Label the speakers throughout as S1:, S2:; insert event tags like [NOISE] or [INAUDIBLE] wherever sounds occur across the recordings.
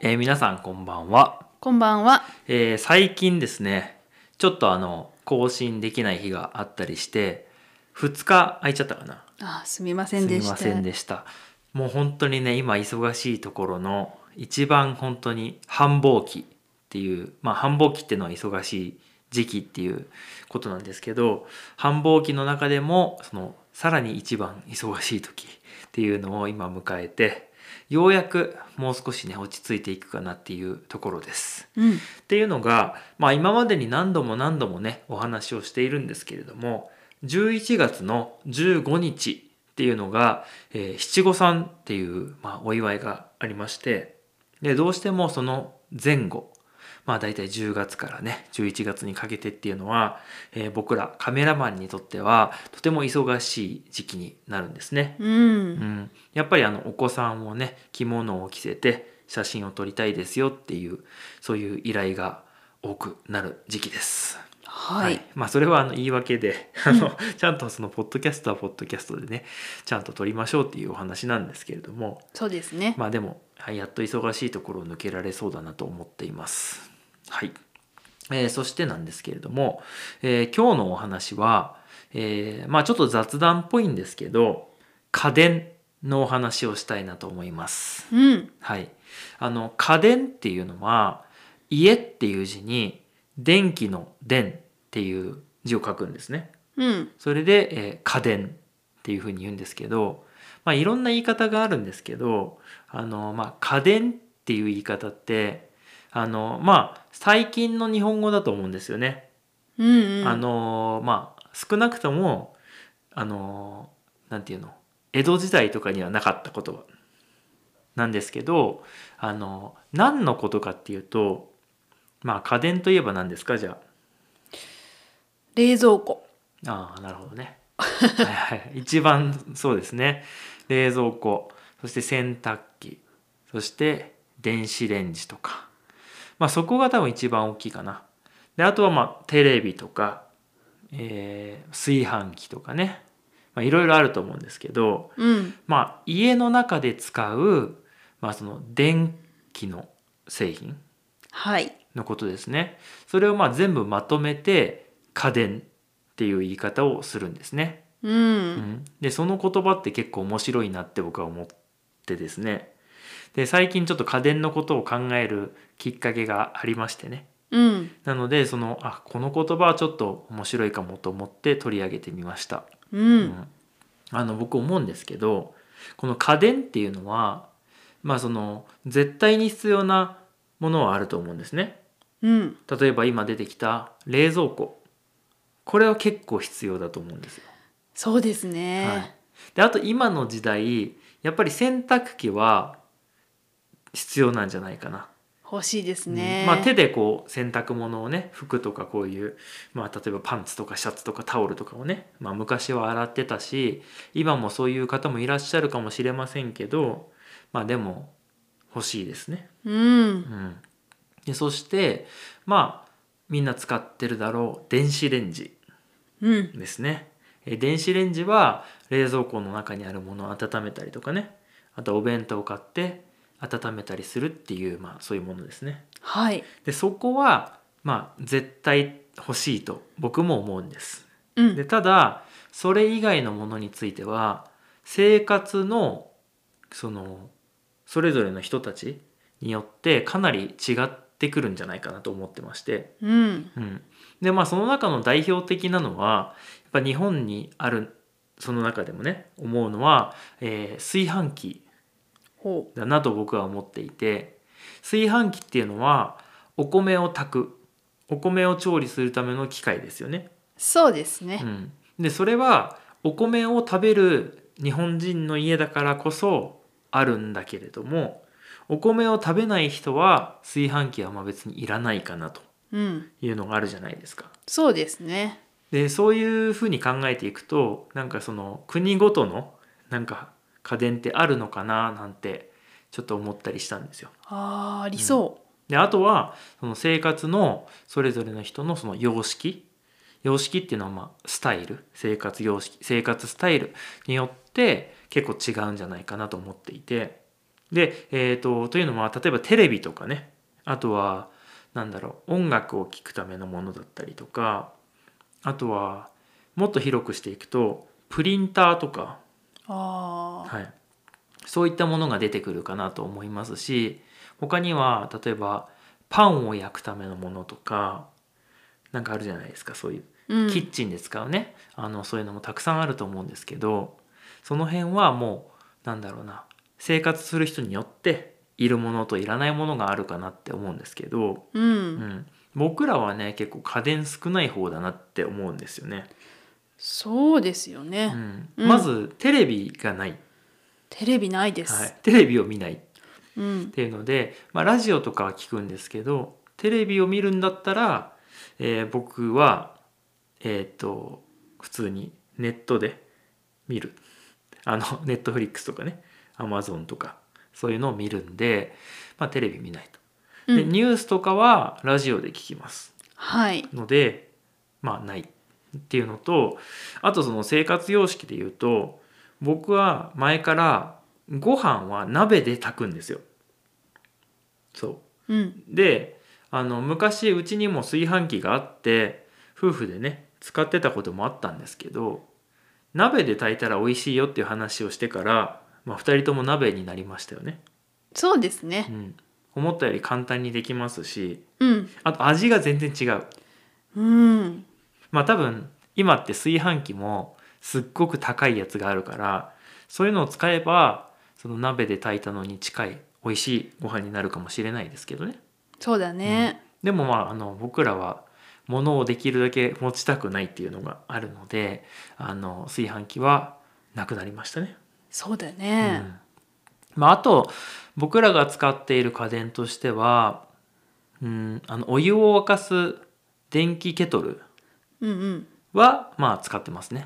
S1: えー皆さんこんばんは、
S2: こんばんは。
S1: えー最近ですねちょっとあの更新できない日があったりして2日空いちゃったかな
S2: あ、すみませんでした。
S1: すみませんでしたもう本当にね今忙しいところの一番本当に繁忙期っていうまあ繁忙期っていうのは忙しい時期っていうことなんですけど繁忙期の中でもそのさらに一番忙しい時っていうのを今迎えてようやくもう少しね落ち着いていくかなっていうところです。
S2: うん、
S1: っていうのが、まあ、今までに何度も何度もねお話をしているんですけれども11月の15日っていうのが、えー七五三っていう、まあ、お祝いがありましてでどうしてもその前後まあ大体10月からね11月にかけてっていうのは、えー僕らカメラマンにとってはとても忙しい時期になるんですね。
S2: う、
S1: うんん、やっぱりあのお子さんをね着物を着せて写真を撮りたいですよっていうそういう依頼が多くなる時期です。
S2: はい。
S1: まあそれはあの言い訳で [LAUGHS] あのちゃんとそのポッドキャストはポッドキャストでねちゃんと撮りましょうっていうお話なんですけれども
S2: そうですね。
S1: まあでも、はい、やっと忙しいところを抜けられそうだなと思っています。はい。えーそしてなんですけれども、えー今日のお話は、えーまあちょっと雑談っぽいんですけど、家電のお話をしたいなと思います。
S2: うん、
S1: はい。あの、家電っていうのは、家っていう字に、電気の電っていう字を書くんですね。
S2: うん、
S1: それで、えー家電っていうふうに言うんですけど、まあ、いろんな言い方があるんですけどあの、まあ、家電っていう言い方ってあの、まあ、最近の日本語だと思うんですよね。
S2: うん、うん。
S1: あ、のまあ、少なくともあのなんていうの江戸時代とかにはなかった言葉なんですけどあの何のことかっていうと、まあ、家電といえば何ですかじゃあ。
S2: 冷蔵庫。
S1: ああなるほどねはいはい一番そうですね冷蔵庫そして洗濯機そして電子レンジとかまあそこが多分一番大きいかなであとはまあテレビとか、えー炊飯器とかねまあいろいろあると思うんですけど
S2: うん、
S1: まあ家の中で使う、まあ、その電気の製品
S2: はい。
S1: のことですね。それをまあ全部まとめて家電っていう言い方をするんですね。
S2: う、
S1: うんん、でその言葉って結構面白いなって僕は思ってですね。で最近ちょっと家電のことを考えるきっかけがありましてね。
S2: うん、
S1: なのでそのあこの言葉はちょっと面白いかもと思って取り上げてみました。う
S2: う、
S1: んんあの僕思うんですけどこの家電っていうのはまあその絶対に必要なものはあると思うんですね。
S2: うん、
S1: 例えば今出てきた冷蔵庫これは結構必要だと思うんですよ。
S2: そうです
S1: はい
S2: ね。、
S1: であと今の時代やっぱり洗濯機は必要なんじゃないかな。
S2: 欲しいです
S1: う
S2: ね。
S1: んまあ、手でこう洗濯物をね服とかこういう、まあ、例えばパンツとかシャツとかタオルとかをね、まあ、昔は洗ってたし今もそういう方もいらっしゃるかもしれませんけど、まあ、でも欲しいですね。
S2: うん、
S1: うん、でそしてまあみんな使ってるだろう電子レンジ
S2: うん、
S1: ですねえ電子レンジは冷蔵庫の中にあるものを温めたりとかねあとお弁当を買って温めたりするっていう、まあ、そういうものですね
S2: はい。
S1: でそこはまあ絶対欲しいと僕も思うんです
S2: う
S1: で
S2: ん、
S1: ただそれ以外のものについては生活のそのそれぞれの人たちによってかなり違ってくるんじゃないかなと思ってまして、
S2: うん、
S1: うん、でまあその中の代表的なのはやっぱ日本にあるその中でもね思うのは、えー炊飯器
S2: ほ
S1: だなと僕は思っていて炊飯器っていうのはお米を炊くお米を調理するための機械ですよね。
S2: う。そうですね
S1: う。ん、でそれはお米を食べる日本人の家だからこそあるんだけれどもお米を食べない人は炊飯器はまあ別にいらないかなと
S2: うん、
S1: いうのがあるじゃないですか。
S2: そうですね。
S1: でそういうふうに考えていくとなんかその国ごとのなんか家電ってあるのかななんてちょっと思ったりしたんですよ。
S2: ああ、ありそ
S1: であとはその生活のそれぞれの人のその様式様式っていうのはまあスタイル生活様式生活スタイルによって結構違うんじゃないかなと思っていてで、えー、とというのも例えばテレビとかねあとはなんだろう音楽を聴くためのものだったりとかあとはもっと広くしていくとプリンターとか、
S2: ああ
S1: はい、そういったものが出てくるかなと思いますし他には例えばパンを焼くためのものとかなんかあるじゃないですかそういう
S2: うん
S1: キッチンで使うね、あのそういうのもたくさんあると思うんですけどその辺はもうなんだろうな生活する人によっているものといらないものがあるかなって思うんですけど、
S2: う
S1: うんん、僕らはね結構家電少ない方だなって思うんですよね。
S2: そうですよね、
S1: うん
S2: うん
S1: まずテレビがない、
S2: テレビないです、
S1: はい、テレビを見ないっ
S2: うん
S1: ていうので、まあ、ラジオとかは聞くんですけどテレビを見るんだったら、えー僕はえーっ、と普通にネットで見るあのネットフリックスとかねアマゾンとかそういうのを見るんで、まあ、テレビ見ないと、
S2: う
S1: で
S2: ん
S1: ニュースとかはラジオで聞きます
S2: はい
S1: のでまあないっていうのとあとその生活様式で言うと僕は前からご飯は鍋で炊くんですよそう
S2: うん
S1: であの昔うちにも炊飯器があって夫婦でね使ってたこともあったんですけど鍋で炊いたら美味しいよっていう話をしてから、まあ、2人とも鍋になりましたよね、
S2: そうです
S1: う
S2: ね
S1: ん、思ったより簡単にできますし
S2: うん
S1: あと味が全然違う
S2: うん
S1: まあ多分今って炊飯器もすっごく高いやつがあるからそういうのを使えばその鍋で炊いたのに近い美味しいご飯になるかもしれないですけどね
S2: そうだね、
S1: でもまああの僕らは物をできるだけ持ちたくないっていうのがあるのであの炊飯器はなくなりましたね。
S2: そうだ
S1: う
S2: ね、
S1: んまあ、あと僕らが使っている家電としては、うん、あのお湯を沸かす電気ケトル
S2: うん、うん
S1: はまあ使ってますね。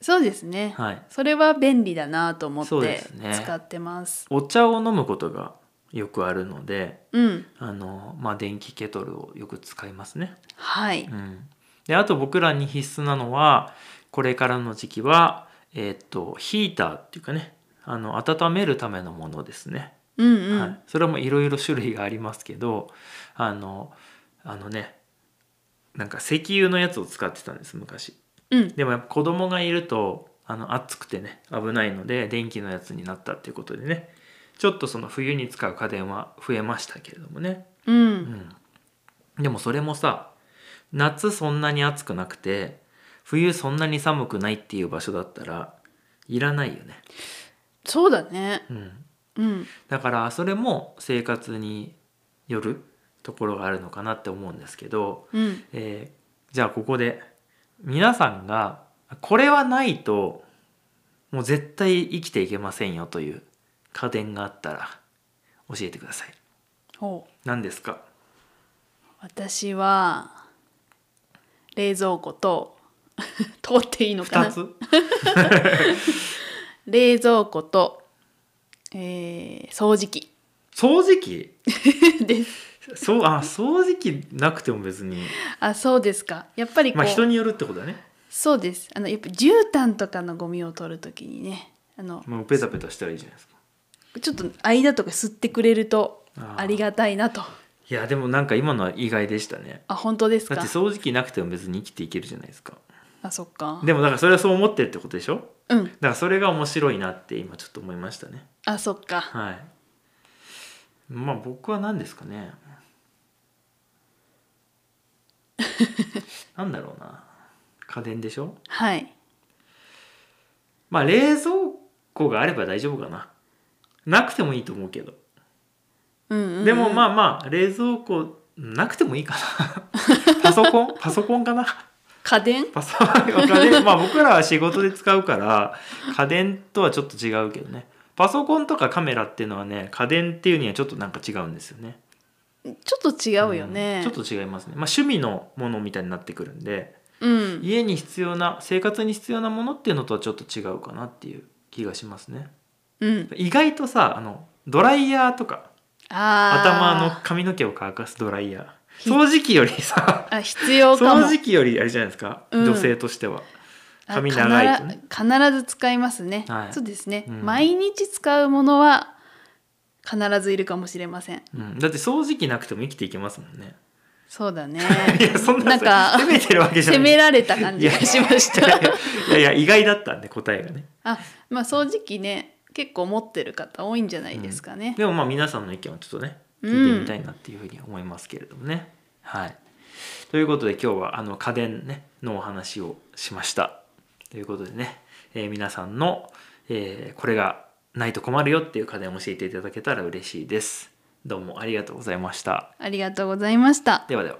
S2: そうですね、
S1: はい、
S2: それは便利だなと思っ
S1: そうで
S2: て
S1: すね
S2: 使ってます
S1: お茶を飲むことがよくあるので
S2: うん
S1: あの、まあ、電気ケトルをよく使いますね。
S2: はい、
S1: うん、であと僕らに必須なのはこれからの時期は、えーっとヒーターっていうかねあの温めるためのものですね、
S2: うんうん、
S1: はい、それもいろいろ種類がありますけどあのあのねなんか石油のやつを使ってたんです昔
S2: うん
S1: でもやっぱ子供がいるとあの暑くてね危ないので電気のやつになったっていうことでねちょっとその冬に使う家電は増えましたけれどもね
S2: う
S1: うんん、でもそれもさ夏そんなに暑くなくて冬そんなに寒くないっていう場所だったらいらないよね、
S2: そうだね
S1: うん、
S2: うん
S1: だからそれも生活によるところがあるのかなって思うんですけど、
S2: うん
S1: えーじゃあここで皆さんがこれはないともう絶対生きていけませんよという家電があったら教えてください
S2: ほう
S1: 何ですか
S2: 私は冷蔵庫と [LAUGHS] 通っていいのか
S1: 2
S2: な
S1: つ
S2: 冷蔵庫と、えー、掃除機
S1: 掃除機
S2: [LAUGHS] です
S1: そうあ掃除機なくても別に
S2: あそうですかやっぱりこ
S1: ま
S2: う、
S1: あ人によるってことだね
S2: そうですあのやっぱ絨毯とかのゴミを取るときにねあの
S1: もうペタペタしたらいいじゃないですか
S2: ちょっと間とか吸ってくれると
S1: あー
S2: ありがたいなとあ
S1: いやでもなんか今のは意外でしたね
S2: 本当です
S1: だっ
S2: か
S1: て掃除機なくても別に生きていけるじゃないですか
S2: あそっか
S1: でもだからそれはそう思ってるってことでしょ
S2: うん
S1: だからそれが面白いなって今ちょっと思いましたね
S2: あそっか
S1: はいまあ僕は何ですか
S2: [LAUGHS]
S1: ねなんだろうな家電でしょ
S2: はい
S1: まあ冷蔵庫があれば大丈夫かななくてもいいと思うけど
S2: うんうんうん、
S1: でもま
S2: あ
S1: あまあ冷蔵庫なくてもいいか
S2: [LAUGHS]
S1: なパソコンパソコンかな
S2: 家電
S1: パソコン家電まあ僕らは仕事で使うから家電とはちょっと違うけどねパソコンとかカメラっていうのはね家電っていうにはちょっとなんか違うんですよね
S2: ちょっと違うよね、
S1: うんちょっと違いますねまあ趣味のものみたいになってくるんで
S2: うん
S1: 家に必要な生活に必要なものっていうのとはちょっと違うかなっていう気がしますね
S2: うん
S1: 意外とさあのドライヤーとか頭の
S2: あー
S1: 髪の毛を乾かすドライヤー掃除機よりさ
S2: あ必要かも
S1: 掃除機よりあれじゃないですか、
S2: うん
S1: 女性としては
S2: あ
S1: 髪長いとね
S2: 必ず必ず使いますね、
S1: はい
S2: そうですね、
S1: うん
S2: 毎日使うものは必ずいるかもしれません
S1: うん、だって掃除機なくても生きていけますもんね。
S2: そうだね
S1: [LAUGHS] いやそんな
S2: なんか
S1: 責めてるわけじゃな
S2: 責
S1: い。
S2: められた感じが
S1: いや
S2: しまし
S1: い
S2: た
S1: やいや意外だったんで答えがね。
S2: [LAUGHS] あまあ掃除機ね結構持ってる方多いんじゃないですかね、
S1: でもまあ皆さんの意見をちょっとね
S2: うん
S1: 聞いてみたいなっていうふうに思いますけれどもね。はい。ということで今日はあの家電ねのお話をしました。ということでね、えー皆さんの、えーこれがないと困るよっていう家電を教えていただけたら嬉しいです。どうもありがとうございました。
S2: ありがとうございました
S1: ではでは。